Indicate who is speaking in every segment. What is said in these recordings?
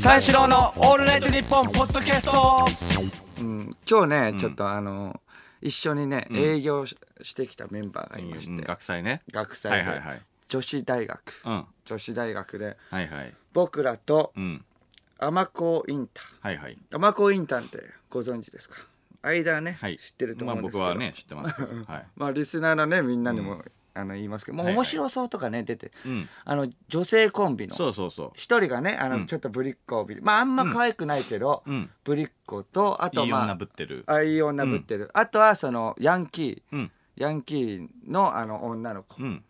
Speaker 1: 三四郎の「オールナイトニッポン」ポッドキャスト
Speaker 2: うん、今日ねちょっとあの一緒にね営業ししてきたメンバーがいまして、
Speaker 1: うん学祭ね
Speaker 2: 学祭で、
Speaker 1: はいはいはい
Speaker 2: 女子大学、
Speaker 1: うん
Speaker 2: 女子大学で
Speaker 1: はいはい
Speaker 2: 僕らと
Speaker 1: うん
Speaker 2: 尼子インタ
Speaker 1: はいはい
Speaker 2: ー尼子インターってご存知ですか間はね、
Speaker 1: はい
Speaker 2: 知ってると思うんですけど、
Speaker 1: まあ僕はね知ってますけど はい
Speaker 2: まあリスナーのねみんなにも、あの言いますけどもう
Speaker 1: はいはい
Speaker 2: 面白そうとかね出て、
Speaker 1: うん
Speaker 2: あの女性コンビの
Speaker 1: そうそうそう
Speaker 2: 一人がねあの、ちょっとぶりっ子を見てまああんま可愛くないけど、
Speaker 1: うん
Speaker 2: ぶりっ子とあと
Speaker 1: いい
Speaker 2: ま
Speaker 1: 女
Speaker 2: あ
Speaker 1: ぶってる
Speaker 2: あいい女ぶってる、あとはそのヤンキー、
Speaker 1: うん
Speaker 2: ヤンキーのあの女の子、
Speaker 1: うん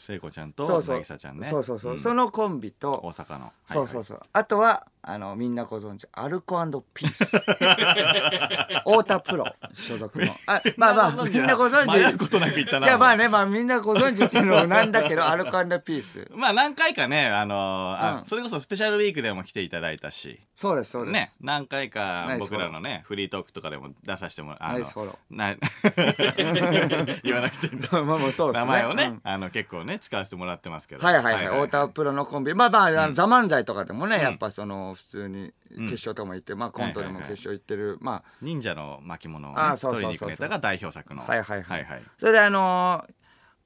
Speaker 1: 聖子ちゃんと
Speaker 2: そうそう
Speaker 1: 渚ちゃんね
Speaker 2: そうそうそう、
Speaker 1: ん
Speaker 2: そのコンビと、
Speaker 1: 大阪のはいはい
Speaker 2: そうそうそうあとはあのみんなご存知アルコピ ース太田プロ所属の あまあまあみんなご存知
Speaker 1: 迷うことなく言った
Speaker 2: い
Speaker 1: な
Speaker 2: やまあねまあみんなご存知っていうのもなんだけどアルコピース
Speaker 1: まあ何回かね、あのーあ
Speaker 2: うん
Speaker 1: それこそスペシャルウィークでも来ていただいたし、
Speaker 2: そうですそうです、
Speaker 1: ね、何回か
Speaker 2: ナイスフ
Speaker 1: 僕
Speaker 2: ォロー
Speaker 1: らのね、フリートークとかでも出させてもら
Speaker 2: ナイスフォロ
Speaker 1: な 言わなくていいんだ
Speaker 2: まあまあそうですね
Speaker 1: 名前をね、
Speaker 2: うん
Speaker 1: あの結構ね、使わせてもらってますけど。
Speaker 2: はいはいはい太田プロのコンビまあまああの「ザ漫才とかでもね、やっぱその普通に決勝とかも行って、まあコントでも
Speaker 1: はいはいはい
Speaker 2: 決勝行ってる、まあ
Speaker 1: 忍者の巻物を、ね、
Speaker 2: あそうそう
Speaker 1: 取り
Speaker 2: そうそう
Speaker 1: に行くネタが代表作の。
Speaker 2: はいはいはい、それであのー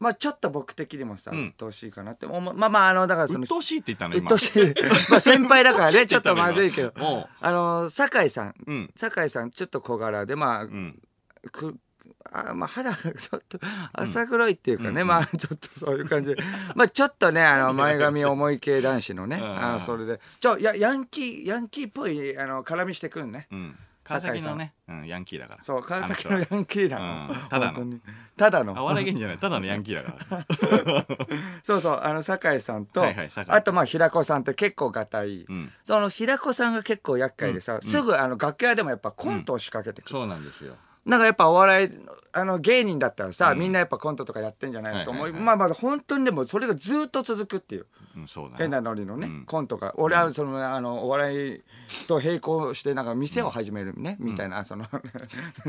Speaker 2: まあちょっと僕的にもさ、
Speaker 1: う
Speaker 2: うんっとうしいかなって思うまあまああのだからそ
Speaker 1: 鬱
Speaker 2: の
Speaker 1: 陶しいって言ったの
Speaker 2: うっ
Speaker 1: 今。
Speaker 2: とうしいまあ先輩だから
Speaker 1: う
Speaker 2: ね
Speaker 1: っ
Speaker 2: ちょ
Speaker 1: とうしいって言
Speaker 2: ったと
Speaker 1: の
Speaker 2: まずいけど
Speaker 1: 今おう
Speaker 2: あのー酒井さん、
Speaker 1: うん
Speaker 2: 酒井さんちょっと小柄でまあ、
Speaker 1: うん。
Speaker 2: くあまあ肌がちょっと浅黒いっていうかね、まあちょっとそういう感じでまあちょっとねあの前髪重い系男子のね
Speaker 1: うん
Speaker 2: あのそれでちょやヤンキーヤンキーっぽいあの絡みしてくんね
Speaker 1: うん。川崎のね、うん、ヤンキーだから。
Speaker 2: そう川崎
Speaker 1: あ
Speaker 2: の
Speaker 1: の
Speaker 2: ヤ
Speaker 1: 人
Speaker 2: ンキーなの、
Speaker 1: うんただの
Speaker 2: 本当にただ
Speaker 1: は。あ、
Speaker 2: の
Speaker 1: 笑い芸人じゃない、ただのヤンキーだから。
Speaker 2: そうそうあの酒井さんと、
Speaker 1: はいはい酒井
Speaker 2: あとまあ平子さんって結構がたい、
Speaker 1: うん。
Speaker 2: その平子さんが結構厄介でさ、すぐあの楽屋でもやっぱコントを仕掛けてくる、
Speaker 1: そうなんですよ。
Speaker 2: なんかやっぱお笑いあの芸人だったらさ、みんなやっぱコントとかやってんじゃないのと思、
Speaker 1: はいいはいはい
Speaker 2: まあまあ本当にでもそれがずっと続くっていう
Speaker 1: うん、そうだね。
Speaker 2: 変なノリのね、
Speaker 1: うん
Speaker 2: コントが俺はそのあのお笑いと並行してなんか店を始めるね、みたいなその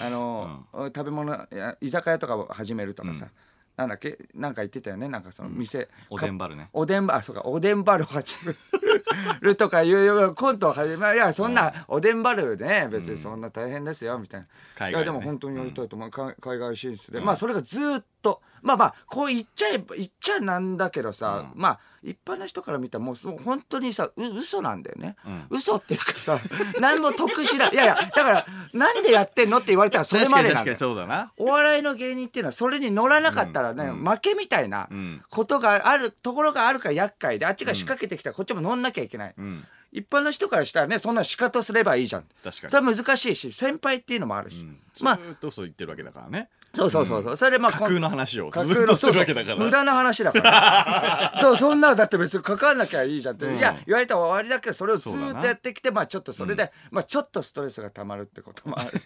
Speaker 2: あの、食べ物いや居酒屋とかを始めるとかさ、なんだっけなんか言ってたよねなんかその店、
Speaker 1: おでんバルね。
Speaker 2: おでんばあそうかおでんバルを始め るとかいうようなコントを始めるいやそんなおでんバルね別にそんな大変ですよみたいな、い
Speaker 1: 海外ね
Speaker 2: やでも本当にやりたいと思う、か海外進出で、まあそれがずーっとまあまあこう言っちゃえば言っちゃなんだけどさ、まあ一般の人から見たらもうそう本当にさう嘘なんだよね、嘘っていうかさ 何も得しないいやいやだからなんでやってんのって言われたらそれ
Speaker 1: 確
Speaker 2: ま
Speaker 1: か
Speaker 2: で
Speaker 1: に
Speaker 2: なん
Speaker 1: 確
Speaker 2: だ
Speaker 1: か
Speaker 2: よ
Speaker 1: にそうだな。
Speaker 2: お笑いの芸人っていうのはそれに乗らなかったらね、負けみたいな
Speaker 1: うん
Speaker 2: ことがあるところがあるから厄介であっちが仕掛けてきたらこっちも乗んなきゃいけない、
Speaker 1: うん。
Speaker 2: 一般の人からしたらねそんな仕方すればいいじゃん
Speaker 1: 確かに
Speaker 2: それは難しいし先輩っていうのもあるし、ま
Speaker 1: まあ、
Speaker 2: あ
Speaker 1: ずーっとそう言ってるわけだからね。
Speaker 2: そうそうそうそうそれでまあ
Speaker 1: 架空
Speaker 2: の
Speaker 1: の話を
Speaker 2: 架
Speaker 1: ず
Speaker 2: 空
Speaker 1: っ
Speaker 2: の
Speaker 1: とす
Speaker 2: そう
Speaker 1: る
Speaker 2: そう
Speaker 1: わけだから。
Speaker 2: 無駄な話だから そうそんなのだって別に関わんなきゃいいじゃんって、いや言われたら終わりだけどそれをず
Speaker 1: そう
Speaker 2: ー
Speaker 1: だ
Speaker 2: っ
Speaker 1: な
Speaker 2: とやってきてまあちょっとそれで、まあちょっとストレスがたまるってこともあ るし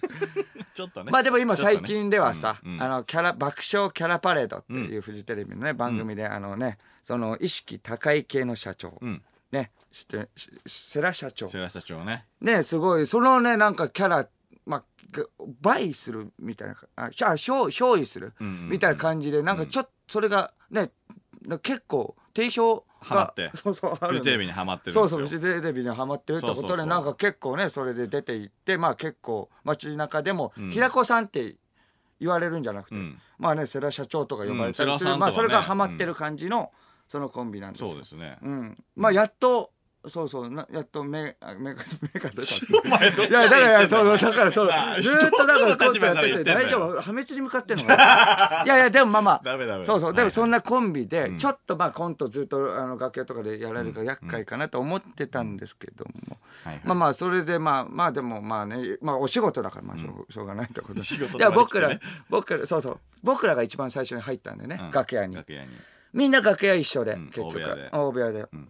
Speaker 1: ちょっとね。
Speaker 2: まあでも今
Speaker 1: ちょっとね
Speaker 2: 最近ではさ、
Speaker 1: うんうん
Speaker 2: あのキャラ爆笑キャラパレードっていうフジテレビのね、番組であのねその意識高い系の社長、
Speaker 1: ん
Speaker 2: ねしてし世良社長
Speaker 1: セラ社長ね。
Speaker 2: ねすごいそのねなんかキャラまあが倍するみたいなあしゃ勝勝利する
Speaker 1: んうんうん
Speaker 2: みたいな感じで、なんかちょっとそれがねな結構定評
Speaker 1: ハマ
Speaker 2: が
Speaker 1: って
Speaker 2: そうそうあ
Speaker 1: フ
Speaker 2: る
Speaker 1: ジ
Speaker 2: の
Speaker 1: テレビにハマってるんです
Speaker 2: そ
Speaker 1: よ。
Speaker 2: うそうフジテレビにハマってるってことで
Speaker 1: そうそうそう
Speaker 2: なんか結構ねそれで出て行ってまあ結構街中でも、平子さんって言われるんじゃなくて、
Speaker 1: うん
Speaker 2: まあね世良社長とか呼ばれた
Speaker 1: うん
Speaker 2: り
Speaker 1: 世良さ
Speaker 2: す
Speaker 1: んと
Speaker 2: る、
Speaker 1: かね
Speaker 2: まあそれがハマってる感じの、そのコンビなんですよ
Speaker 1: そうですね。
Speaker 2: うん、まあやっとそうそうなやっと目あ目が目が出た
Speaker 1: お前どっ
Speaker 2: いやだからいや
Speaker 1: そ
Speaker 2: そうだからそう
Speaker 1: なあ
Speaker 2: ずーっとだから
Speaker 1: 人の
Speaker 2: コン
Speaker 1: 立
Speaker 2: ト
Speaker 1: 場
Speaker 2: や
Speaker 1: から
Speaker 2: って
Speaker 1: 言って
Speaker 2: て
Speaker 1: んだよ
Speaker 2: 大丈夫破滅に向かってんのかな いやいやでもまあまあ
Speaker 1: ダメダメ
Speaker 2: そうそうでもそんなコンビで
Speaker 1: ん
Speaker 2: ちょっとまあコントずっとあの楽屋とかでやられるから厄介かなと思ってたんですけども
Speaker 1: はいはい
Speaker 2: まあまあそれでまあまあでもまあねまあお仕事だからまあしょうしょうがないってこと
Speaker 1: 仕事
Speaker 2: い
Speaker 1: だ
Speaker 2: や
Speaker 1: から来
Speaker 2: 僕
Speaker 1: てね
Speaker 2: ら僕らそうそう僕らが一番最初に入ったんでね
Speaker 1: うん
Speaker 2: 楽屋に
Speaker 1: 楽屋に。
Speaker 2: みんな楽屋一緒で、
Speaker 1: ん
Speaker 2: 結局
Speaker 1: 大部屋で
Speaker 2: 大部屋で
Speaker 1: ん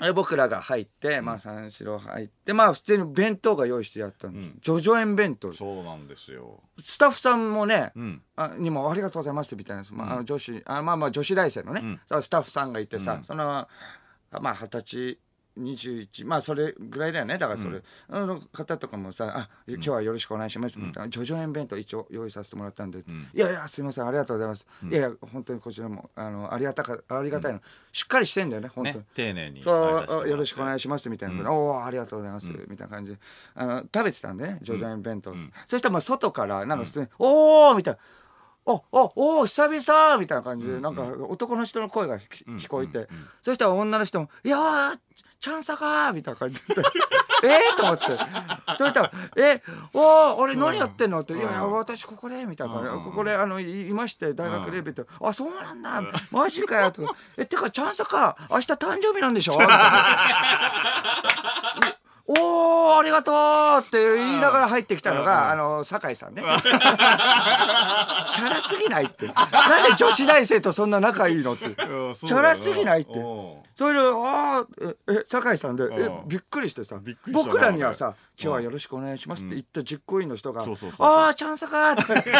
Speaker 2: で僕らが入って、まあ三四郎入ってまあ普通に弁当が用意してやったんです、ジョジョ園弁当
Speaker 1: そうなんですよ。
Speaker 2: スタッフさんもね、
Speaker 1: うん。
Speaker 2: あにも「ありがとうございます」みたいな、まあ、あの女子あまあまあ女子大生のね、そのスタッフさんがいてさ、そのまあ二十歳21まあそれぐらいだよねだからそれ、あの方とかもさ「あ今日はよろしくお願いします」みたいな「叙々苑弁当一応用意させてもらったんで」いやいやすいませんありがとうございます」いやいや本当にこちらもあのありがたかありがたいの、しっかりしてんだよね本当に。
Speaker 1: ね丁寧に
Speaker 2: そう
Speaker 1: 挨拶してもらっ
Speaker 2: あ
Speaker 1: て
Speaker 2: よろしくお願いしますみたいな、おおありがとうございます、みたいな感じであの食べてたんでね徐々に弁当、そしたらまあ外からなんか普通に、おおみたいなおおおお久々みたいな感じで、なんか男の人の声が聞き聞こえて、そしたら女の人も「いやーチャンサかー」みたいな感じで。 えー、と思ってそしたら「えおお俺何やってんの?」って「いやいや私ここで」みたいな感じで「ここであのいいまして大学で」みたいな「あそうなんだマジかよ」とか「えてかチャンサか明日誕生日なんでしょ?」みたいなおーありがとうって言いながら入ってきたのが、あの、酒井さ んね。チャラすぎないって。なんで女子大生とそんな仲いいのって。チ
Speaker 1: よ
Speaker 2: ャラすぎないって
Speaker 1: うん。
Speaker 2: それで、あーえ、え酒井さんで、え
Speaker 1: う、ん
Speaker 2: びっくりしてさ
Speaker 1: びっく、りしたな
Speaker 2: 僕らにはさ、今日はよろしくお願いしますって言った実行委員の人が、あ
Speaker 1: そうそうそう
Speaker 2: あー、チャンスかーって、めち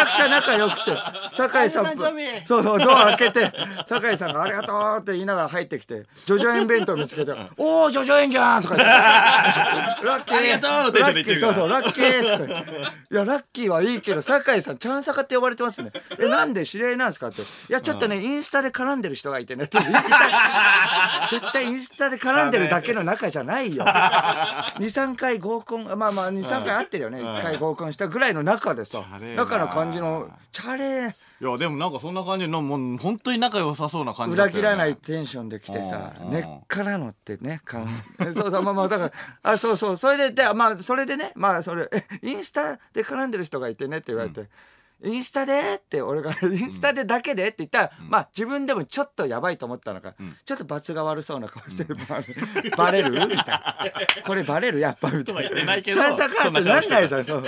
Speaker 2: ゃくちゃ仲良く て、酒井さん、
Speaker 1: あれ誕生日
Speaker 2: そうそう、ドア開けて、酒井さんがありがとうって言いながら入ってきて、ジョジョ園弁当見つけて、おー、ジョジョ園じゃんとか言 って。ラッキー
Speaker 1: ありがとうのテンションで言っ
Speaker 2: ラッキー
Speaker 1: てるから
Speaker 2: そうそうラッキーとかいやラッキーはいいけど酒井さんちゃんさかって呼ばれてますねえなんで知り合いなんですかっていやちょっとね、インスタで絡んでる人がいてね ってインスタ 絶対インスタで絡んでるだけの仲じゃない よ23回合コンまあまあ23回会ってるよね、1回合コンしたぐらいの中でさ
Speaker 1: チャレーな
Speaker 2: 中の感じのチャレー
Speaker 1: いやでもなんかそんな感じのもう本当に仲良さそうな感じだっ
Speaker 2: 裏
Speaker 1: た
Speaker 2: 切
Speaker 1: よね
Speaker 2: らないテンションで来てさ
Speaker 1: うん
Speaker 2: 根っからのってね顔 そうそうまあまあだからあそうそうそれででまあそれでねまあそれえインスタで絡んでる人がいてねって言われて。インスタでって俺がインスタでだけでって言ったら、まあ自分でもちょっとやばいと思ったのか、ちょっと罰が悪そうな顔して、まあ バレるみたいなこれバレるやっぱみたいな
Speaker 1: は言ってないけど
Speaker 2: ちゃんさかってなんないじゃん
Speaker 1: そ
Speaker 2: そう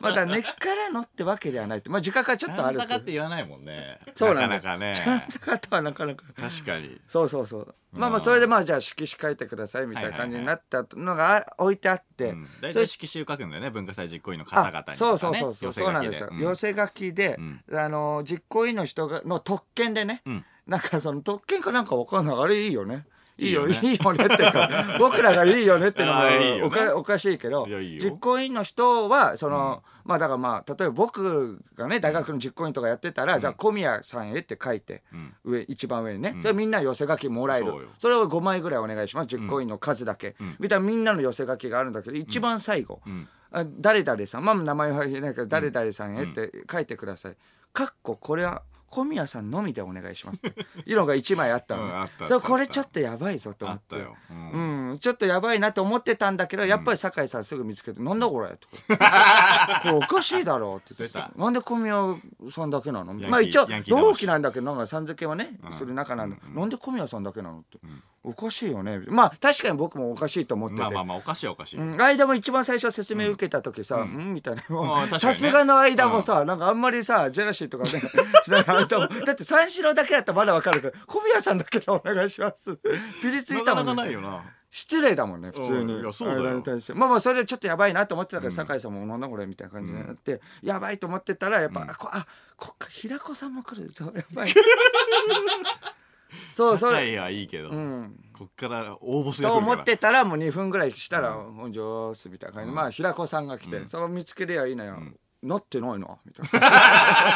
Speaker 2: また根っからのってわけではないってまあ自覚はちょっとある
Speaker 1: ちゃんさか
Speaker 2: け
Speaker 1: って言わないもんね
Speaker 2: そうな
Speaker 1: なん
Speaker 2: だ
Speaker 1: かなかね
Speaker 2: どちゃんさかとはなかなか
Speaker 1: 確かに
Speaker 2: そうそうそうまあまあそれでまあじゃあ色紙書いてくださいみたいな感じになったのがあ置いてあって、
Speaker 1: うん大
Speaker 2: そ
Speaker 1: 体
Speaker 2: し
Speaker 1: 色紙を書くんだよね文化祭実行委員の方々にとか
Speaker 2: あ
Speaker 1: ね
Speaker 2: そうそうそうそう
Speaker 1: 寄せ
Speaker 2: そう
Speaker 1: 書き
Speaker 2: なんですよ、
Speaker 1: うん
Speaker 2: 寄せ書きで、あの実行委員の人がの特権でね、
Speaker 1: ん
Speaker 2: なんかその特権かなんかわかんないあれいいよねいいよ
Speaker 1: いいよ
Speaker 2: いいよねっていうか僕らがいいよねっていうの
Speaker 1: あー
Speaker 2: も
Speaker 1: いいよ
Speaker 2: お
Speaker 1: ね
Speaker 2: かおかしいけど
Speaker 1: いやいいよ
Speaker 2: 実行委員の人はその、まあだからまあ例えば僕がね大学の実行委員とかやってたら、じゃあ小宮さんへって書いて、上一番上にね、それみんな寄せ書きもらえる
Speaker 1: そうよ
Speaker 2: それを5枚ぐらいお願いします実行委員の数だけ、みたいなみんなの寄せ書きがあるんだけど一番最後、あ誰々さんまあ名前は言えないけど誰々さんへって書いてください、かっここれは小宮さんのみでお願いします っていうのが1枚あったの、
Speaker 1: うんあった
Speaker 2: それこれちょっとやばいぞと
Speaker 1: あ
Speaker 2: 思っ
Speaker 1: ってたよ、うん
Speaker 2: うん、ちょっとやばいなと思ってたんだけどやっぱり酒井さんすぐ見つけて「なんだこれ」と か「これおかしいだろ」って言って
Speaker 1: 出た
Speaker 2: なんで小宮さんだけなの?」
Speaker 1: キー
Speaker 2: まあ一応
Speaker 1: ヤンキーだし
Speaker 2: 同期なんだけどなんかさん付けはねする仲なんで「なんで小宮さんだけなの?」って「おかしいよね」まあ確かに僕もおかしいと思ってて
Speaker 1: まあまあまあおかしいおかしい、
Speaker 2: うん間も一番最初説明受けた時さ「うん?」みたい
Speaker 1: あー確かに
Speaker 2: な
Speaker 1: ね
Speaker 2: さすがの間もさ、なんかあんまりさジェラシーとかねしない間もだって三四郎だけだったらまだわかるけど小宮さんだけでお願いし ますピリつい
Speaker 1: な
Speaker 2: た
Speaker 1: か
Speaker 2: も、
Speaker 1: なんかないよな
Speaker 2: 失礼だもんね普通
Speaker 1: う
Speaker 2: に
Speaker 1: んいやそうだよ
Speaker 2: あれに対してまあまあそれでちょっとやばいなと思ってたから、酒井さんも「なんだこれ」みたいな感じになって、やばいと思ってたらやっぱ、あこあこっか平子さんも来るそうや ばいそうそう
Speaker 1: 酒井はいいけど、こっから応募する
Speaker 2: と思ってたらもう2分ぐらいしたら「本上す」みたいな感じで、まあ平子さんが来て、それを見つけりゃいいのよ、なってないなみたい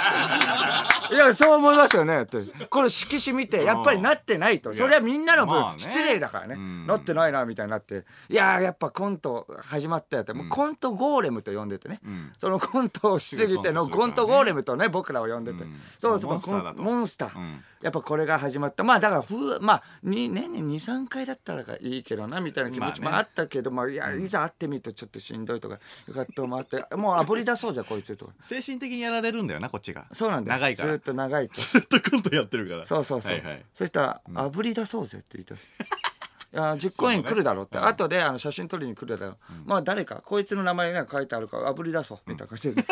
Speaker 2: ないやそう思いますよねってこの色紙見てやっぱりなってないとそれはみんなの
Speaker 1: まあ
Speaker 2: 分
Speaker 1: ね
Speaker 2: 失礼だからね,、
Speaker 1: うん
Speaker 2: なってないなみたいになっていやーやっぱコント始まったやつ、もうコントゴーレムと呼んでてね、
Speaker 1: ん
Speaker 2: そのコントをしすぎての
Speaker 1: すぐ
Speaker 2: コ
Speaker 1: コ
Speaker 2: ン
Speaker 1: ン
Speaker 2: ト
Speaker 1: トするからね
Speaker 2: ゴーレムとね僕らを呼んでて、
Speaker 1: うん
Speaker 2: そうそう
Speaker 1: モンスターだと
Speaker 2: コンモンスター、
Speaker 1: うん
Speaker 2: やっぱこれが始まったまあだからふうまあに年に23回だったらがいいけどなみたいな気持ちも
Speaker 1: まあね
Speaker 2: あったけど、まあいやいざ会ってみるとちょっとしんどいとか葛藤もあってもうあぶり出そうじゃこいつとか
Speaker 1: 精神的にやられるんだよなこっちが
Speaker 2: そうなんだよ
Speaker 1: 長いから
Speaker 2: ずっと長いと
Speaker 1: ずっとコントやってるから
Speaker 2: そうそうそう、
Speaker 1: はいはい
Speaker 2: そしたら「あぶり出そうぜ」って言いたいいや 実行委員来るだろうって、後であの写真撮りに来るだろう、まあ誰かこいつの名前なんか書いてあるからあぶり出そうみたいな感じ で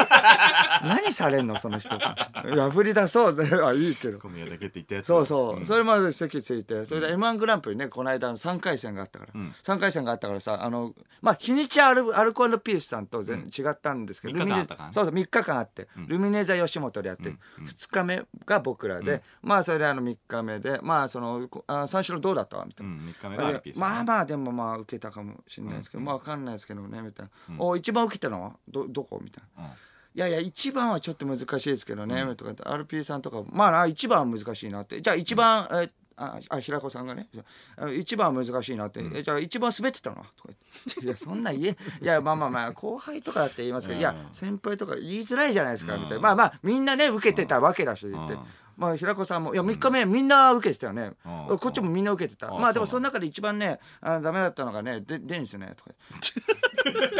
Speaker 2: 何されんのその人あぶり出そうぜはいいけど
Speaker 1: 小宮だけって言ったやつ
Speaker 2: そうそう、それまで席ついてそれで m 1グランプリねこの間の3回戦があったから、三3回戦があったからさあの、まあ、日にちはアルアルコールピースさんと全、違ったんですけど
Speaker 1: 三日間
Speaker 2: ルミネ
Speaker 1: あったからね
Speaker 2: そうそう3日間あって、ルミネ座吉本でやって、2日目が僕らで、まあそれであの3日目でまあそのこあ三四郎どうだったみたいな。
Speaker 1: うん三日目
Speaker 2: あ
Speaker 1: ア
Speaker 2: や
Speaker 1: ルピーさんね
Speaker 2: まあまあでもまあ受けたかもしれないですけど、まあ分かんないですけどねみたいな「お一番受けたのはどどこ?」みたいな。
Speaker 1: うん
Speaker 2: いやいや一番はちょっと難しいですけどね、とかって RP さんとかまあな一番は難しいなってじゃあ一番、えああ平子さんがねあ一番は難しいなって、えじゃあ一番滑ってたのはとか言っていやそんな言えいやまあまあまあ後輩とかだって言いますけど、いや先輩とか言いづらいじゃないですか、みたいなまあまあみんなね受けてたわけだし、って
Speaker 1: うん
Speaker 2: まあ平子さんもいや3日目みんな受けてたよね、
Speaker 1: うん
Speaker 2: こっちもみんな受けてた、
Speaker 1: うん
Speaker 2: まあでも
Speaker 1: そ
Speaker 2: そうの中で一番ねあダメだったのがねでデニスねとか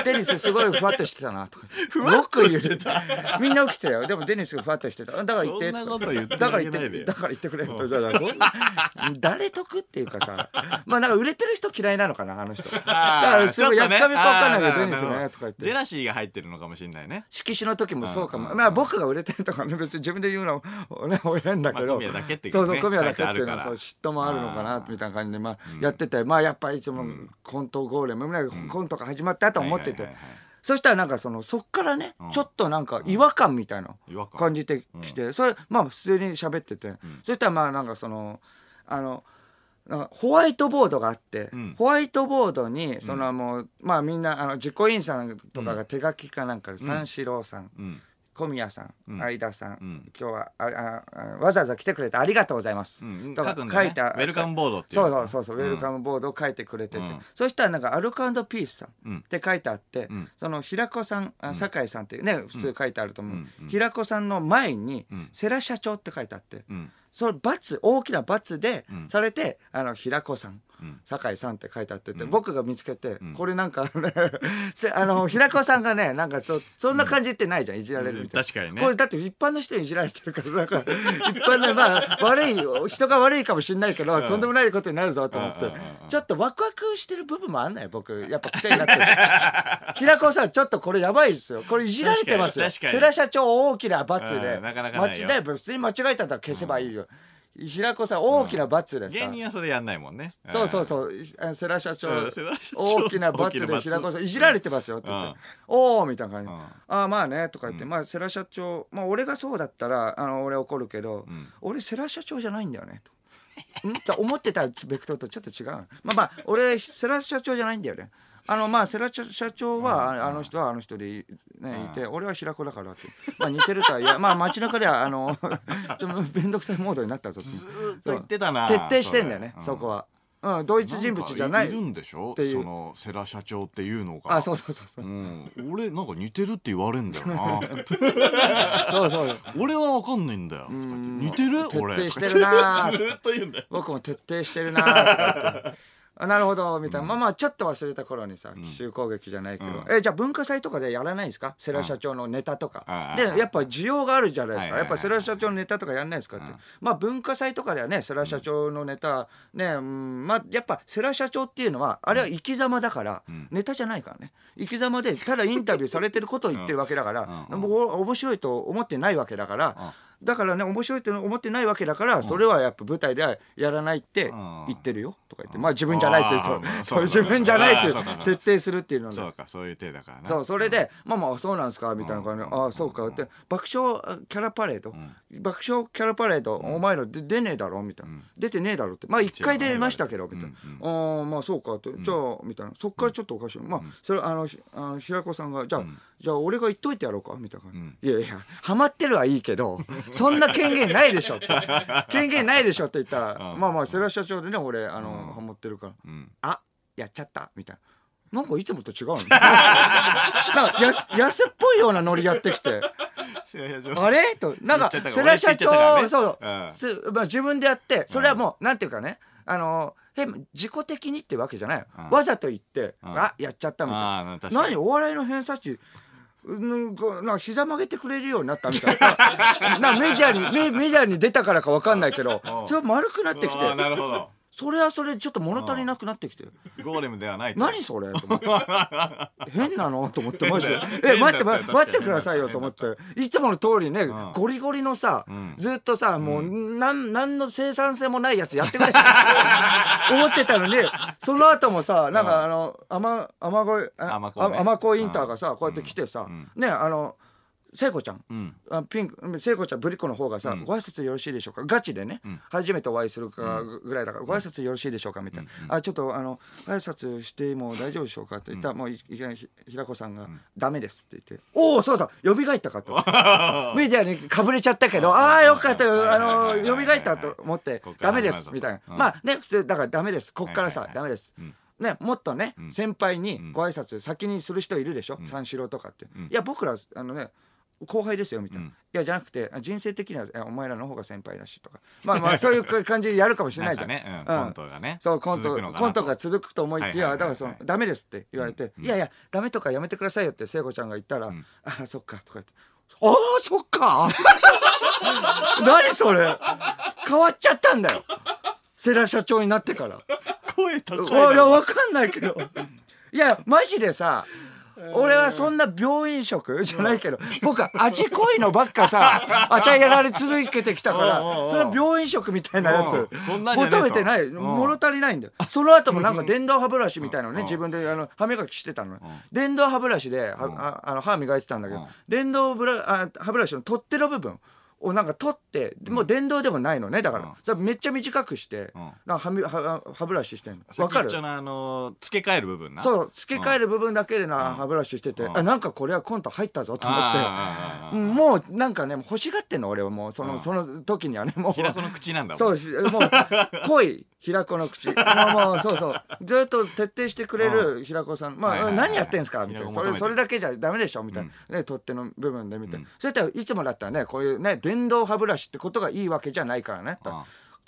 Speaker 2: デニスすごいふわっとしてたなとか。よく言う。みんな起きてたよ。でもデニスがふわっとしてた。だから言って。
Speaker 1: そんなこと言って
Speaker 2: だから言っ
Speaker 1: あげないで
Speaker 2: て。
Speaker 1: よ
Speaker 2: だから言ってくれと。じゃあそんな誰得っていうかさ。まあなんか売れてる人嫌いなのかな、あの人。だからすごいやっかみかわかんないけど、デニスねとか言っ
Speaker 1: ジェ
Speaker 2: て。
Speaker 1: ラシーが入ってるのかもしれないね
Speaker 2: 色紙の時もそうかも。まあ僕が売れてるとかね、別に自分で言うのはね、俺なんだけ
Speaker 1: まあ
Speaker 2: ど。
Speaker 1: 小宮だけっていうね
Speaker 2: そうそう、小宮だけっていう
Speaker 1: 書いて
Speaker 2: の
Speaker 1: ある
Speaker 2: は、
Speaker 1: から
Speaker 2: そう嫉妬もあるのか
Speaker 1: あ
Speaker 2: な、みたいな感じで、まあやってて、まあやっぱいつもコントゴーレム、コントが始まったと思って
Speaker 1: はい
Speaker 2: て
Speaker 1: はい。はいはい
Speaker 2: そしたらなんかそのそっからね、
Speaker 1: うん
Speaker 2: ちょっとなんか違和感みたいな
Speaker 1: 違和感
Speaker 2: 感じてきて、それまあ普通に喋ってて、そしたらまあなんかそのあのなんかホワイトボードがあって、
Speaker 1: うん
Speaker 2: ホワイトボードにそのもう、まあみんなあの自己員さんとかが手書きかなんかで、三四郎さん、
Speaker 1: うん
Speaker 2: 小宮さん、
Speaker 1: うん
Speaker 2: 相田さん、
Speaker 1: うん
Speaker 2: 今日はあああわざわざ来てくれてありがとうございます、
Speaker 1: うん
Speaker 2: とか
Speaker 1: 書くんだ
Speaker 2: 書
Speaker 1: ね
Speaker 2: いた
Speaker 1: ウェルカムボードっていう
Speaker 2: そ
Speaker 1: の
Speaker 2: うそうそうそう、
Speaker 1: う
Speaker 2: ウ
Speaker 1: ん
Speaker 2: ェルカムボードを書いてくれてて、
Speaker 1: うん
Speaker 2: そしたらなんかアルコピースさ
Speaker 1: うん
Speaker 2: んって書いてあって、
Speaker 1: うん
Speaker 2: その平子さんあ酒井さんってね、普通書いてあると思う、
Speaker 1: うんうん
Speaker 2: 平子さんの前に、
Speaker 1: うん
Speaker 2: 世良社長って書いてあって、
Speaker 1: うん
Speaker 2: その罰大きな罰で
Speaker 1: うん
Speaker 2: されて、あの平子さん、
Speaker 1: うん
Speaker 2: 酒井さんって書いてあってて、
Speaker 1: うん
Speaker 2: 僕が見つけて、
Speaker 1: ん
Speaker 2: これなんか ねせあの平子さんがねなんかそそんな感じってないじゃん、いじられるみたいな、
Speaker 1: うん確かにね
Speaker 2: これだって一般の人にいじられてるからなんか一般のまあ悪い人が悪いかもしれないけど、
Speaker 1: ん
Speaker 2: とんでもないことになるぞと思って、
Speaker 1: うんうんうんうん
Speaker 2: ちょっとワクワクしてる部分もあんない僕やっぱ癖にな ってる平子さんちょっとこれやばいですよこれいじられてますよ
Speaker 1: 確かに確かに
Speaker 2: 世良社長大きな罰
Speaker 1: う
Speaker 2: で
Speaker 1: んなかなかないよ
Speaker 2: 間違い普通に間違えたんだ消せばいいよ、平子さん大きな罰でさ、
Speaker 1: 芸人はそれやんないもんね
Speaker 2: そうそうそうあの世良社長
Speaker 1: うん世良社長
Speaker 2: 大きな罰
Speaker 1: 大きな
Speaker 2: で
Speaker 1: 罰
Speaker 2: 平子さんいじられてますよって言って
Speaker 1: うん
Speaker 2: 「おお」みたいな感じで
Speaker 1: うん
Speaker 2: 「ああまあね」とか言ってまあ世良社長まあ俺がそうだったらあの俺怒るけど
Speaker 1: ん
Speaker 2: 俺世良社長じゃないんだよねと。ん と思ってたベクトルとちょっと違うまあまあ俺世良社長じゃないんだよねあのまあ世良社長はああの人はあの人で、ね、いて俺は平子だからってまあ似てるとはいやまあ街中ではあの ちょっと面倒くさいモードになったぞって
Speaker 1: ずーっと言ってたな
Speaker 2: 徹底してんだよね
Speaker 1: れ
Speaker 2: そ
Speaker 1: うん
Speaker 2: こは、うん、同一人物じゃない
Speaker 1: んかいるんでしょ
Speaker 2: っていう
Speaker 1: その世良社長っていうのが
Speaker 2: あそうそうそうそうう、
Speaker 1: ん、俺なんか似てるって言われんだよな
Speaker 2: そうそう
Speaker 1: 俺はわかんないんだよとか言って似てる
Speaker 2: 徹
Speaker 1: 俺
Speaker 2: 底してるな
Speaker 1: ず
Speaker 2: ー
Speaker 1: ーっと言うんだ よ
Speaker 2: 僕も徹底してるなーとか言 ってあなるほどみたいな、まあまあちょっと忘れた頃にさ奇襲攻撃じゃないけど、えじゃあ文化祭とかでやらないんですか世良社長のネタとか、
Speaker 1: うん
Speaker 2: でやっぱ需要があるじゃないですか、
Speaker 1: はいはい
Speaker 2: やっぱ
Speaker 1: はい
Speaker 2: 世良社長のネタとかやんないですかって、まあ文化祭とかではね世良社長のネタね、うん、まあやっぱ世良社長っていうのはあれは生き様だから、ネタじゃないからね生き様でただインタビューされてることを言ってるわけだから、
Speaker 1: うん
Speaker 2: もう面白いと思ってないわけだから、
Speaker 1: うん
Speaker 2: だからね面白いって思ってないわけだから、それはやっぱ舞台ではやらないって
Speaker 1: ん
Speaker 2: 言ってるよとか言って、まあ自分じゃないって
Speaker 1: あー
Speaker 2: そう
Speaker 1: まあ
Speaker 2: そう
Speaker 1: そう
Speaker 2: 自
Speaker 1: だ
Speaker 2: 分じゃない
Speaker 1: あーそうだ
Speaker 2: っ
Speaker 1: な
Speaker 2: て徹底するっていうので
Speaker 1: そうかそういう手だからな
Speaker 2: そうそれで、まあまあそうなんですかみたいな感じで、ああそうかって爆笑キャラパレード、爆笑キャラパレード、お前らで出ねえだろみたいな、出てねえだろってまあ一回出ましたけどみたいな、ああまあそうかと、じゃあみたいなそっからちょっとおかしい、まあそれあのひあの平子さんがじゃあ、じゃあ俺が言っといてやろうかみたいな感じ、いやいやハマってるはいいけどそんな権限ないでし ょって権限ないでしょって言ったら、まあまあそれは社長でね俺あの、ハマってるから、
Speaker 1: うん
Speaker 2: あやっちゃったみたいな。 なんかいつもと違うのなんか安安っぽいようなノリやってきて
Speaker 1: 世良社長
Speaker 2: あれとなんか
Speaker 1: 言っちゃった
Speaker 2: 世
Speaker 1: から
Speaker 2: 良社長、
Speaker 1: 俺言っちゃ
Speaker 2: そ
Speaker 1: っ
Speaker 2: う
Speaker 1: たからね
Speaker 2: そう、すまあ、自分でやってそれはもう、なんていうかねあの変自己的にってわけじゃない、
Speaker 1: うん
Speaker 2: わざと言って、
Speaker 1: ん
Speaker 2: あやっちゃったみたいな
Speaker 1: ああ確か
Speaker 2: 何
Speaker 1: に
Speaker 2: お笑いの偏差値うんこうなんか膝曲げてくれるようになったみたいな なんかメディアにメメディアに出たからかわかんないけどそれは丸くなってきて
Speaker 1: ああなるほど
Speaker 2: それはそれちょっと物足りなくなってきて。
Speaker 1: ゴーレムではないと
Speaker 2: 何それと思 って変なのと思ってマジで
Speaker 1: 変だよ
Speaker 2: え待って
Speaker 1: 変だっ
Speaker 2: 待
Speaker 1: た
Speaker 2: って
Speaker 1: よ
Speaker 2: 待ってくださいよと思っていつもの通りね
Speaker 1: ん
Speaker 2: ゴリゴリのさ
Speaker 1: ん
Speaker 2: ずっとさもうなんなんの生産性もないやつやってく れ思ってたのにその後もさなんかあの雨雨乞いあ
Speaker 1: 雨乞いね
Speaker 2: 雨乞いインターがさこうやって来てさ
Speaker 1: ん
Speaker 2: ねあの聖子ちゃん、
Speaker 1: ん
Speaker 2: あピンク聖子ちゃんぶりっ子の方がさ、ご挨拶よろしいでしょうかガチでね、初めてお会いするかぐらいだから、ご挨拶よろしいでしょうかみたいな、あちょっとあの挨拶しても大丈夫でしょうかって言ったら、もういきなりひ平子さんが、ダメですって言っておおそうだ蘇った かとメディアにかぶれちゃったけどああよかったあの蘇ったと思って
Speaker 1: こっから
Speaker 2: ダメですみたいな、
Speaker 1: 始まるぞうん
Speaker 2: まあね普通だからダメですこっからさ、
Speaker 1: はいはい
Speaker 2: ダメです、ね、もっとね、先輩にご挨拶先にする人いるでしょ、三四郎とかって、いや僕らあのね後輩ですよみたいな、いやじゃなくて人生的にはいやお前らの方が先輩だしとかまあま あそういう感じでやるかもしれないじゃん
Speaker 1: なんかねうんコントがね
Speaker 2: そうコント
Speaker 1: 続くのかなと
Speaker 2: コントが続くと思いきや、
Speaker 1: はいはいはいはい
Speaker 2: だからそのダメですって言われて、いやいやダメとかやめてくださいよって聖子ちゃんが言ったら、ああそっかとか言ってああそっか 何それ変わっちゃったんだよ世良社長になってから。
Speaker 1: 声高い
Speaker 2: おいやわかんないけどいやマジでさ俺はそんな病院食じゃないけど僕は味濃いのばっかさ与えられ続けてきたから
Speaker 1: おうおうおう
Speaker 2: その病院食みたいなや
Speaker 1: う
Speaker 2: つ
Speaker 1: んこんなんじゃねえと
Speaker 2: 求めてない
Speaker 1: うん
Speaker 2: 物足りないんだよその後もなんか電動歯ブラシみたいなのね自分であの歯磨きしてたの電動歯ブラシではああの歯磨いてたんだけ
Speaker 1: うん
Speaker 2: ど電動ブラあ歯ブラシの取っ手の部分をなんか取ってもう電動でもないのねだからそれめっちゃ短くして
Speaker 1: うん
Speaker 2: なんか歯み歯歯ブラシしてんのわ
Speaker 1: わ
Speaker 2: か
Speaker 1: か
Speaker 2: る
Speaker 1: るのあの付け替える部分なう
Speaker 2: そう付け替える部分だけでな歯ブラシしてて、
Speaker 1: うん
Speaker 2: あなんかこれはコント入ったぞと思って。
Speaker 1: あーあーあーあー
Speaker 2: もうなんかね欲しがってんの俺はもうその,、
Speaker 1: うん
Speaker 2: その時にはねもう
Speaker 1: 平子の口なんだもん
Speaker 2: そうしもう濃い平子の口もうもうそうそうずっと徹底してくれる平子さん、まあ、
Speaker 1: はいはいはい
Speaker 2: 何やってんすかみたいな
Speaker 1: 平
Speaker 2: そ
Speaker 1: 子求め
Speaker 2: れ
Speaker 1: て
Speaker 2: それだけじゃダメでしょみたいな、ね、取っ手の部分で見て、それといつもだったらねこういうね電動歯ブラシってことがいいわけじゃないからね、
Speaker 1: うん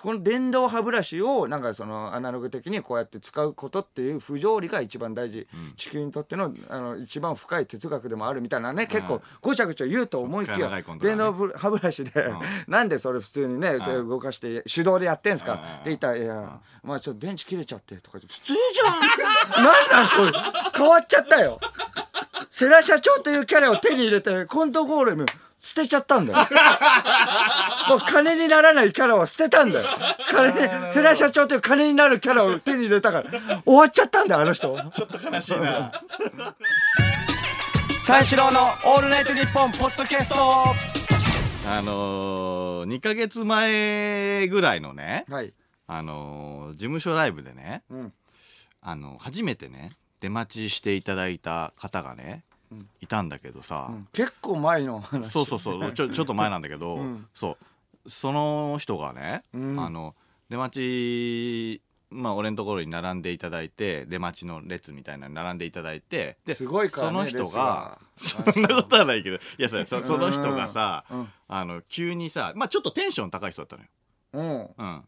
Speaker 2: この電動歯ブラシをなんかそのアナログ的にこうやって使うことっていう不条理が一番大事、地球にとってのあの一番深い哲学でもあるみたいなね結構ごちゃごちゃ言うと思いき
Speaker 1: そっ
Speaker 2: や、
Speaker 1: から長いコントだね
Speaker 2: 電動歯ブラシで、なんでそれ普通にね、動かして手動でやってんすか、って言ったら「いや、まあちょっと電池切れちゃって」とか言って普通じゃんなんだこれ変わっちゃったよ世良社長というキャラを手に入れてコントゴーレム捨てちゃったんだよもう金にならないキャラは捨てたんだよ。金に、世良社長という金になるキャラを手に入れたから、終わっちゃったんだよ、あの人。
Speaker 1: ちょっと悲しいな
Speaker 3: 三四郎の「オールナイトニッポン」ポッドキャスト
Speaker 1: あのー、2ヶ月前ぐらいのね、
Speaker 2: はい。
Speaker 1: あのー、事務所ライブでね、
Speaker 2: ん
Speaker 1: あの初めてね出待ちしていただいた方がね、いたんだけどさ、
Speaker 2: 結構前の話。
Speaker 1: そうそうそうちょ ちょっと前なんだけど、そうその人がね、あの出待ちまあ俺のところに並んでいただいて出待ちの列みたいなのに並んでいただいてです
Speaker 2: すごいからね
Speaker 1: その人が
Speaker 2: 列
Speaker 1: そ
Speaker 2: が
Speaker 1: んなこと はないけどいやそそその人がさ、
Speaker 2: うんうん
Speaker 1: あの急にさまあちょっとテンション高い人だったのよ。
Speaker 2: うん。
Speaker 1: うん、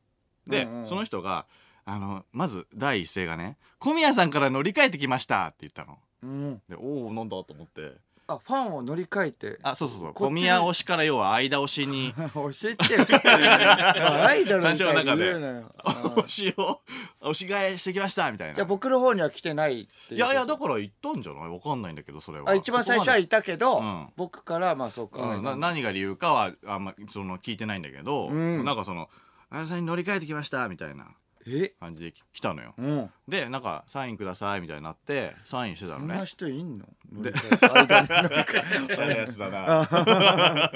Speaker 1: で、
Speaker 2: うんうん
Speaker 1: その人があのまず第一声がね「小宮さんから乗り換えてきました」って言ったの。
Speaker 2: うん。
Speaker 1: でおおなんだと思って
Speaker 2: あ、ファンを乗り換えて。
Speaker 1: あそうそうそう
Speaker 2: こっち
Speaker 1: 小
Speaker 2: に
Speaker 1: 宮推しから要は間推しに
Speaker 2: 教えてよ。アイドルみたいに言う なよ。うん
Speaker 1: 推しを推し替えしてきましたみたいな。
Speaker 2: じゃあ僕の方には来てないって
Speaker 1: いうやいやだから言ったんじゃないわかんないんだけどそれは
Speaker 2: あ、一番最初は
Speaker 1: そ
Speaker 2: いたけど
Speaker 1: うん、
Speaker 2: 僕から、まあそう
Speaker 1: こまで
Speaker 2: か
Speaker 1: うん、。な何が理由かはあんまその聞いてないんだけど、
Speaker 2: うん
Speaker 1: なんかその「あやさんに乗り換えてきました」みたいな
Speaker 2: え
Speaker 1: 感じで来来たのよ、
Speaker 2: うん。
Speaker 1: でなんかサインくださいみたいになってサインしてた
Speaker 2: そ
Speaker 1: の
Speaker 2: んな
Speaker 1: ね
Speaker 2: 人いんの乗り換えて間に乗り 換えて
Speaker 1: 嫌なやつだ な。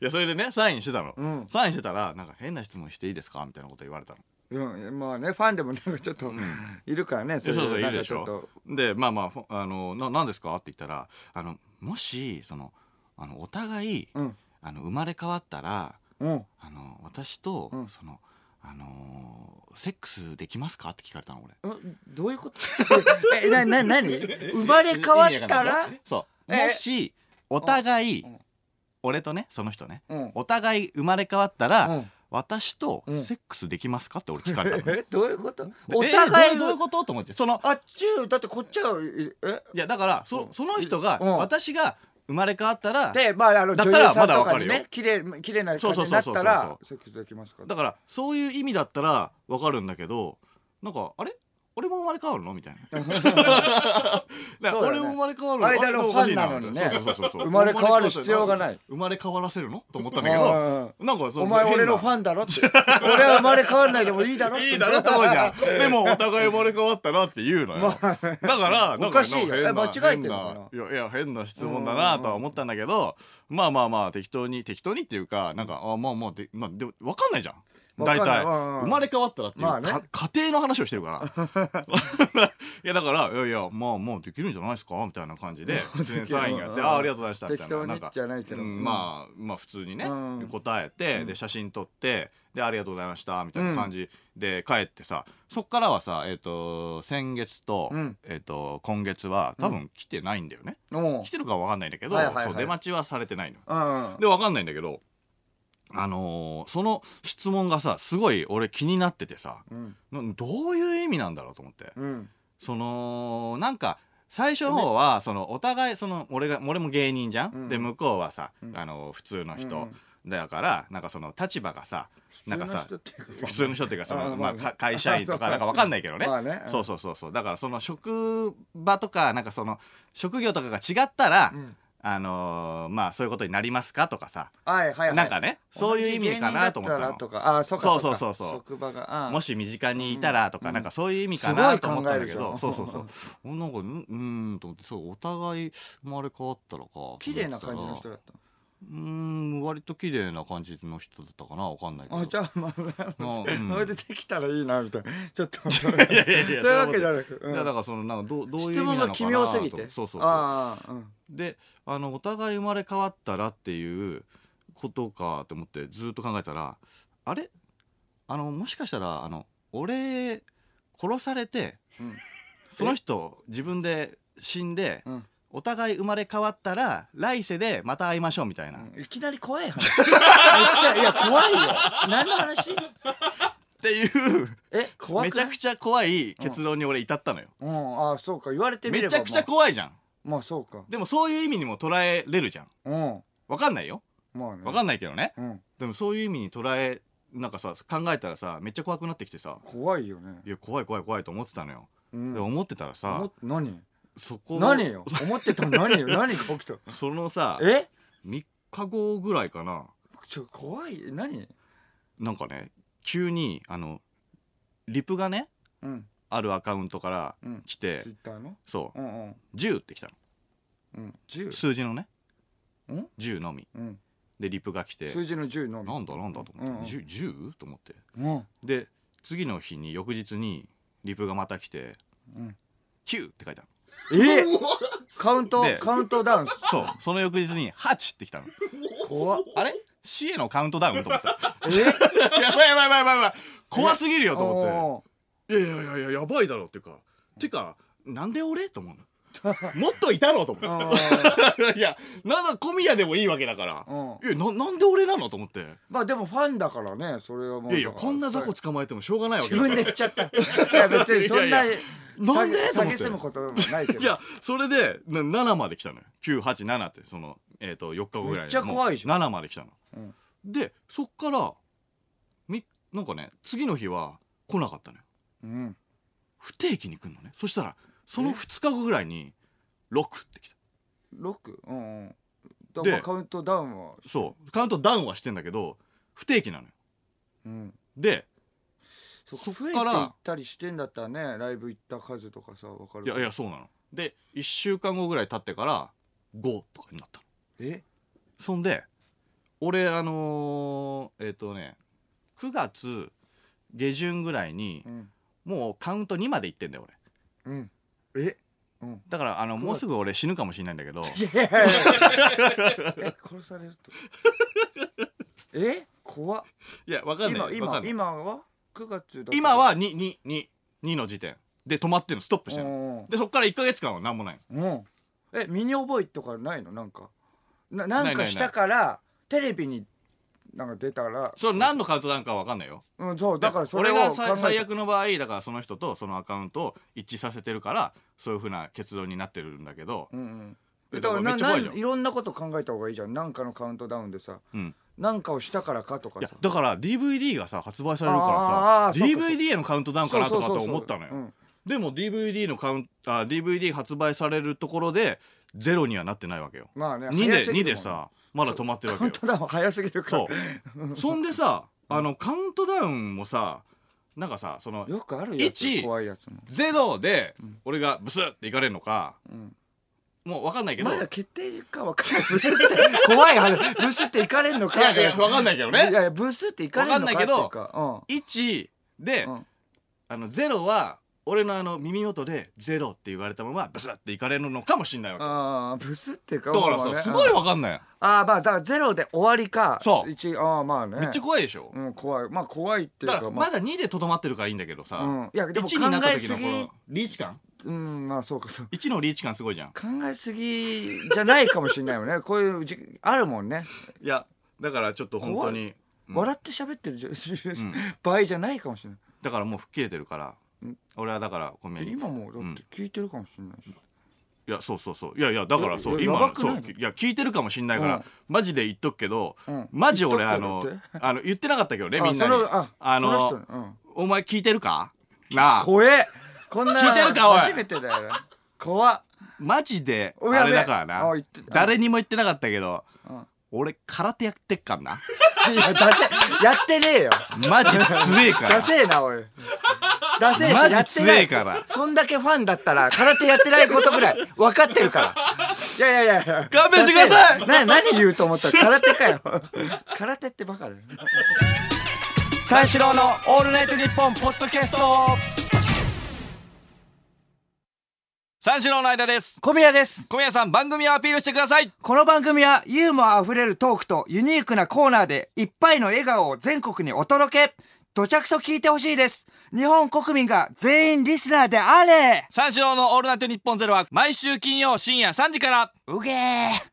Speaker 1: いや、それでね、サインしてたの。
Speaker 2: うん
Speaker 1: サインしてたら、なんか変な質問していいですかみたいなこと言われたの。
Speaker 2: うん、まあねファンでもなんかちょっといるからね、
Speaker 1: そうそう、い
Speaker 2: ないんか
Speaker 1: でし
Speaker 2: ちょっと
Speaker 1: ょ。で、まあまあほ、あの、な、なんですかって言ったら、あの、もし、その、あの、お互い、
Speaker 2: うん
Speaker 1: あの、生まれ変わったら、
Speaker 2: うん
Speaker 1: あの、私と、
Speaker 2: うん
Speaker 1: その、あのーセックスできますかって聞かれたの、俺。
Speaker 2: うんどういうこと えなな何生まれ変わったら
Speaker 1: 意味わかんないでしょそう。
Speaker 2: え
Speaker 1: もし、お互い
Speaker 2: んうん、
Speaker 1: 俺とね、その人ね、
Speaker 2: うん
Speaker 1: お互い生まれ変わったら、
Speaker 2: うん
Speaker 1: 私と
Speaker 2: うん
Speaker 1: セックスできますかって俺聞かれたの、ね、
Speaker 2: えどういうこと
Speaker 1: で
Speaker 2: お互
Speaker 1: え
Speaker 2: い
Speaker 1: どういうどういうことと思ってその
Speaker 2: あっちゅうだってこっちはいえ
Speaker 1: いやだからそその人が、
Speaker 2: うん
Speaker 1: 私が生まれ変わったら
Speaker 2: でまああの
Speaker 1: だっ
Speaker 2: 女
Speaker 1: たら
Speaker 2: 優さんと
Speaker 1: まだわ
Speaker 2: か
Speaker 1: か
Speaker 2: に
Speaker 1: る
Speaker 2: ね
Speaker 1: よ
Speaker 2: 綺麗綺麗な感じ
Speaker 1: そ
Speaker 2: に
Speaker 1: うそ
Speaker 2: な
Speaker 1: う
Speaker 2: っ
Speaker 1: そうそう
Speaker 2: たらセックスできますか
Speaker 1: だからそういう意味だったらわかるんだけどなんかあれ俺も生まれ変わるのみたい なだから
Speaker 2: そうだね
Speaker 1: 俺も生まれ変わる
Speaker 2: 間のファンなのにね 生まれ変わる必要がない
Speaker 1: 生まれ変わらせるのと思ったんだけ
Speaker 2: あ
Speaker 1: どなんかそ
Speaker 2: お前俺のフ
Speaker 1: ン
Speaker 2: ァンだろって 俺は生まれ変わんないでもいいだろって
Speaker 1: いいだろって思うじゃんでもお互い生まれ変わったなって言うのよ、だからなん
Speaker 2: おかしいよ
Speaker 1: 変な
Speaker 2: え間違えてんの
Speaker 1: 変ないやいや変な質問だなとは思ったんだけどまあまあまあ適当に適当にっていうかなんかあまあまあで,、まあ、でも分かんないじゃん
Speaker 2: わか
Speaker 1: 大
Speaker 2: んない
Speaker 1: 体
Speaker 2: うんうん
Speaker 1: 生まれ変わったらっていう、
Speaker 2: まあね
Speaker 1: か家庭の話をしてるから いやだから「いやいやまあもうできるんじゃないですか?」みたいな 感じで普通にサインやって「
Speaker 2: うん
Speaker 1: あありがとうございました」みた
Speaker 2: 適
Speaker 1: いな
Speaker 2: 当に
Speaker 1: なんか
Speaker 2: じゃないけど
Speaker 1: うんまあまあ普通にね、
Speaker 2: うん
Speaker 1: 答えて、で写真撮ってで「ありがとうございました」みたいな感じで帰ってさそっからはさ、えっと先月と,、
Speaker 2: うん
Speaker 1: えっと今月は多分来てないんだよね、
Speaker 2: も
Speaker 1: 来てるかは分かんないんだけど、
Speaker 2: はいはいはい
Speaker 1: そう出待ちはされてないの。
Speaker 2: ううん
Speaker 1: で分かんないんだけどあのーその質問がさすごい俺気になっててさ
Speaker 2: うん
Speaker 1: などういう意味なんだろうと思って。
Speaker 2: うん
Speaker 1: そのなんか最初の方はそのお互いその俺が俺も芸人じゃん、
Speaker 2: うん
Speaker 1: で向こうはさ、
Speaker 2: ん
Speaker 1: あの普通の人
Speaker 2: う、
Speaker 1: だからなんかその立場がさなんかさ
Speaker 2: 普通の人っていうか
Speaker 1: 普通の人っていうかそ
Speaker 2: あ
Speaker 1: の
Speaker 2: ー
Speaker 1: ま
Speaker 2: まあ
Speaker 1: あか会社員とかなんかわかんないけどね
Speaker 2: まあねうん
Speaker 1: そうそうそうそうだからその職場とかなんかその職業とかが違ったら、
Speaker 2: うん
Speaker 1: あのーまあそういうことになりますかとかさ
Speaker 2: はいはいはい
Speaker 1: なんかねそういう意味かなと思った
Speaker 2: 同じ芸人だら
Speaker 1: の
Speaker 2: とかあーそうかか
Speaker 1: そうそうそうそう
Speaker 2: 職場があー
Speaker 1: もし身近にいたらとか、
Speaker 2: うん
Speaker 1: なんかそういう意味か
Speaker 2: すご
Speaker 1: ないと思ったんだけ
Speaker 2: 考え
Speaker 1: ど、
Speaker 2: るじ
Speaker 1: そ
Speaker 2: ゃ
Speaker 1: うんそうそうなんかうんうーんと思ってそうお互い生まれ変わったらか
Speaker 2: 綺麗な感じの人だっ
Speaker 1: うーん割と綺麗な感じの人だったかなわかんないけ
Speaker 2: た
Speaker 1: ど
Speaker 2: のあじゃあまあ
Speaker 1: うんうん
Speaker 2: それでできたらいいなみ たいなちょっと
Speaker 1: いやいやいや
Speaker 2: そういうわけじゃなく
Speaker 1: そういうこといやだからそのなんかどうどういう意味
Speaker 2: 質
Speaker 1: な
Speaker 2: 問
Speaker 1: のか
Speaker 2: が
Speaker 1: な
Speaker 2: 奇妙すぎ
Speaker 1: と思
Speaker 2: て
Speaker 1: ってそうそうそう
Speaker 2: ああうん
Speaker 1: であのお互い生まれ変わったらっていうことかと思ってずっと考えたらあれあのもしかしたらあの俺殺されて、
Speaker 2: うん
Speaker 1: その人自分で死んで、
Speaker 2: うん
Speaker 1: お互い生まれ変わったら来世でまた会いましょうみたいな、っ
Speaker 2: いきなり怖い 話めっちゃいや怖いよ何の話
Speaker 1: ていう
Speaker 2: え怖くない
Speaker 1: めちゃくちゃ怖い結論に俺至ったのよ、
Speaker 2: うんああそうか言われてみれ
Speaker 1: め
Speaker 2: ば
Speaker 1: ちゃくちゃ怖いじゃん
Speaker 2: まあまあそうか
Speaker 1: でもそういう意味にも捉えれるじゃん
Speaker 2: うん
Speaker 1: わかんないよ
Speaker 2: まあね
Speaker 1: わかんないけどね、
Speaker 2: うん
Speaker 1: でもそういう意味に捉えなんかさ考えたらさめっちゃ怖くなってきてさ
Speaker 2: 怖いよね
Speaker 1: いや怖い怖い怖いと思ってたのよ、
Speaker 2: うん
Speaker 1: で思ってたら
Speaker 2: 思
Speaker 1: さ
Speaker 2: っ何
Speaker 1: そこの
Speaker 2: 何 よ思ってたの何よ何が起きた
Speaker 1: そのさ
Speaker 2: え
Speaker 1: 3日後ぐらいかな
Speaker 2: ちょ怖い何
Speaker 1: なんかね急にあのリプがね
Speaker 2: うん
Speaker 1: あるアカウントから
Speaker 2: うん
Speaker 1: 来て、
Speaker 2: ツイッターの
Speaker 1: そう
Speaker 2: うんうん
Speaker 1: 10ってきたの
Speaker 2: うん十
Speaker 1: 数字のね
Speaker 2: ん
Speaker 1: 10のみ
Speaker 2: うん
Speaker 1: でリプが来て
Speaker 2: 数字の十のみ
Speaker 1: なんだなんだと思って、
Speaker 2: うんうん
Speaker 1: 10, 10と思って
Speaker 2: うん
Speaker 1: で次の日に翌日にリプがまた来て、
Speaker 2: うん
Speaker 1: 9って書いてある
Speaker 2: えカウント
Speaker 1: で
Speaker 2: カウントダウン
Speaker 1: そうその翌日に8ってきたの
Speaker 2: 怖っ
Speaker 1: あれ ?C へのカウントダウンと思った。やばいやばいやばいやばいやばい。怖すぎるよと思
Speaker 2: お
Speaker 1: って。いやいやいやいや、やばいだろっていうか。てか、なんで俺と思うの。もっといたろと思
Speaker 2: ーうん
Speaker 1: って。いや、なんだ、小宮でもいいわけだから。
Speaker 2: う
Speaker 1: いや、ななんで俺なのと思って。
Speaker 2: まあでもファンだからねそれはもう
Speaker 1: いやいや、こんな雑魚捕まえてもしょうがないわけ
Speaker 2: 自
Speaker 1: だ
Speaker 2: 分
Speaker 1: から。
Speaker 2: で来ちゃったいや別にそんない
Speaker 1: やいなんでと
Speaker 2: 下
Speaker 1: 思
Speaker 2: げ
Speaker 1: って
Speaker 2: すむこともないけど
Speaker 1: いや、それで、な7まで来たのよ。987って、その、えっ、と、4日後ぐら
Speaker 2: め
Speaker 1: いに
Speaker 2: っちゃ怖いじ
Speaker 1: ゃん。7まで来たの。
Speaker 2: うん
Speaker 1: で、そっから、み、なんかね、次の日は来なかったのよ。
Speaker 2: うん
Speaker 1: 不定期に来るのねそしたらその2日後ぐらいに6ってきた
Speaker 2: 六うんうんだ
Speaker 1: で
Speaker 2: からカウントダウンは
Speaker 1: そうカウントダウンはしてんだけど不定期なのよ
Speaker 2: うん
Speaker 1: で
Speaker 2: そ
Speaker 1: そ
Speaker 2: こ
Speaker 1: っ
Speaker 2: 増えて
Speaker 1: から
Speaker 2: いったりしてんだったらねライブ行った数とかさわかる
Speaker 1: いやいやそうなので1週間後ぐらい経ってから5とかになったの
Speaker 2: え
Speaker 1: そんで俺あのーえっ、とね9月下旬ぐらいに
Speaker 2: うん
Speaker 1: もうカウント2まで行ってんだよ俺
Speaker 2: うんえ
Speaker 1: だからあの
Speaker 2: 月
Speaker 1: もうすぐ俺死ぬかもしれないんだ けど
Speaker 2: いやいやいやえ殺されるとえ怖っ
Speaker 1: いやわかん
Speaker 2: 今
Speaker 1: ない
Speaker 2: 今
Speaker 1: わかんない
Speaker 2: 今は九月だから
Speaker 1: 今は222の時点で止まってるのストップしてるの
Speaker 2: うん
Speaker 1: でそっから1か月間は何もないの
Speaker 2: うんえ身に覚えとかないのなんかななん
Speaker 1: ないな
Speaker 2: か
Speaker 1: い
Speaker 2: したからテレビになんか出たら
Speaker 1: それ何のカウントダウンかわかんないよ
Speaker 2: うんそうだからそれ
Speaker 1: 俺
Speaker 2: を
Speaker 1: が
Speaker 2: 考え
Speaker 1: 最
Speaker 2: て
Speaker 1: 最悪の場合だからその人とそのアカウントを一致させてるからそういうふうな結論になってるんだけど、
Speaker 2: うんう
Speaker 1: え
Speaker 2: んだから
Speaker 1: だからめ
Speaker 2: な
Speaker 1: っちゃ怖
Speaker 2: ない
Speaker 1: じゃん
Speaker 2: んいろんなこと考えた方がいいじゃんなんかのカウントダウンでさ
Speaker 1: うん、
Speaker 2: なんかをしたからかとか
Speaker 1: いや
Speaker 2: さ
Speaker 1: だから DVD がさ発売される
Speaker 2: あーあ
Speaker 1: か
Speaker 2: ー
Speaker 1: らさ
Speaker 2: そうか
Speaker 1: DVD へのカウントダウンかなとかと思ったのよ
Speaker 2: うん
Speaker 1: でも DVD のカウンあ DVD 発売されるところでゼロにはなってないわけよ、
Speaker 2: まあね
Speaker 1: 2
Speaker 2: 早
Speaker 1: です
Speaker 2: ぎる
Speaker 1: 2
Speaker 2: もん
Speaker 1: でさまだ止まってるわけ
Speaker 2: カウン
Speaker 1: よ
Speaker 2: トダウン早すぎるか
Speaker 1: そうそんでさあのカウントダウンもさなんかさその
Speaker 2: らよくあるやつ
Speaker 1: 一
Speaker 2: 怖いやつも、
Speaker 1: ゼロで俺がブスっていかれるのか
Speaker 2: うん
Speaker 1: もう分かんないけど、
Speaker 2: まだ決定かわかんないブスって怖い話ブスっていかれんのか
Speaker 1: いやいや
Speaker 2: い
Speaker 1: 分かんないけど
Speaker 2: やい
Speaker 1: ね
Speaker 2: やブスっていかれんのかっていう
Speaker 1: わ
Speaker 2: か
Speaker 1: 1で、
Speaker 2: うん
Speaker 1: あのゼロは俺のあの耳元でゼロって言われたままブスっていかれるのかもしんないわ
Speaker 2: う
Speaker 1: け
Speaker 2: ん、あーブスっていうか
Speaker 1: だから
Speaker 2: まあ
Speaker 1: さ、
Speaker 2: ね
Speaker 1: すごい
Speaker 2: うん
Speaker 1: 分かんない
Speaker 2: ああまあだからゼロで終わりか
Speaker 1: そう
Speaker 2: 一ああまあね
Speaker 1: めっちゃ怖いでしょ、
Speaker 2: うん、怖いまあ怖いっていう
Speaker 1: だ
Speaker 2: か
Speaker 1: から
Speaker 2: ま
Speaker 1: まだ2でとどまってるからいいんだけどさ、
Speaker 2: うんいやでも
Speaker 1: 1になっ
Speaker 2: 考
Speaker 1: た時のこ
Speaker 2: えすぎ
Speaker 1: のリーチ感
Speaker 2: あうんまあそうかそう
Speaker 1: 1のリーチ感すごいじゃん
Speaker 2: 考えすぎじゃないかもしれないよねこういうじあるもんね、
Speaker 1: いやだからちょっと本当にうん
Speaker 2: 笑って喋ってるじゃ 場合じゃないかもしれない
Speaker 1: だからもう吹っ切れてるから、俺はだからごめんい
Speaker 2: 今もだって聞いてるかもしれないし、
Speaker 1: やそうそうそういやいやだからそう
Speaker 2: え
Speaker 1: 今
Speaker 2: やばく
Speaker 1: そ
Speaker 2: な
Speaker 1: う
Speaker 2: い
Speaker 1: いや聞いてるかもしんないから、
Speaker 2: うん
Speaker 1: マジで言っとくけど、
Speaker 2: うん
Speaker 1: マジ俺
Speaker 2: 言っ
Speaker 1: あ
Speaker 2: と
Speaker 1: の
Speaker 2: くけどって
Speaker 1: あの言ってなかったけどね
Speaker 2: あ
Speaker 1: みんなに
Speaker 2: そのあ
Speaker 1: の
Speaker 2: その人にうん
Speaker 1: お前聞いてるかなあ
Speaker 2: 怖えこんな
Speaker 1: 聞いてるかおい
Speaker 2: 初めてだよな怖っ
Speaker 1: マジで
Speaker 2: おや
Speaker 1: あ
Speaker 2: べ
Speaker 1: れだからな
Speaker 2: あ言ってうん
Speaker 1: 誰にも言ってなかったけど、
Speaker 2: うん
Speaker 1: 俺空手やってっかんない
Speaker 2: やだせやってねえよ
Speaker 1: マジ強えか ら
Speaker 2: ダセえなおいダセえし
Speaker 1: マジ
Speaker 2: やってな
Speaker 1: 強
Speaker 2: い
Speaker 1: えから
Speaker 2: そんだけファンだったら空手やってないことぐらい分かってるからいやいやいや
Speaker 1: 勘弁してください
Speaker 2: ダセえな何言うと思ったら空手かよ空手ってバカだよ
Speaker 3: 三四郎のオールナイトニッポンポッドキャスト
Speaker 1: 三四郎の間です
Speaker 2: 小宮です
Speaker 1: 小宮さん番組をアピールしてください
Speaker 2: この番組はユーモアあふれるトークとユニークなコーナーでいっぱいの笑顔を全国にお届けどちゃくそ聞いてほしいです日本国民が全員リスナーであれ
Speaker 1: 三四郎のオールナイトニッポンゼロは毎週金曜深夜3時から
Speaker 2: うげー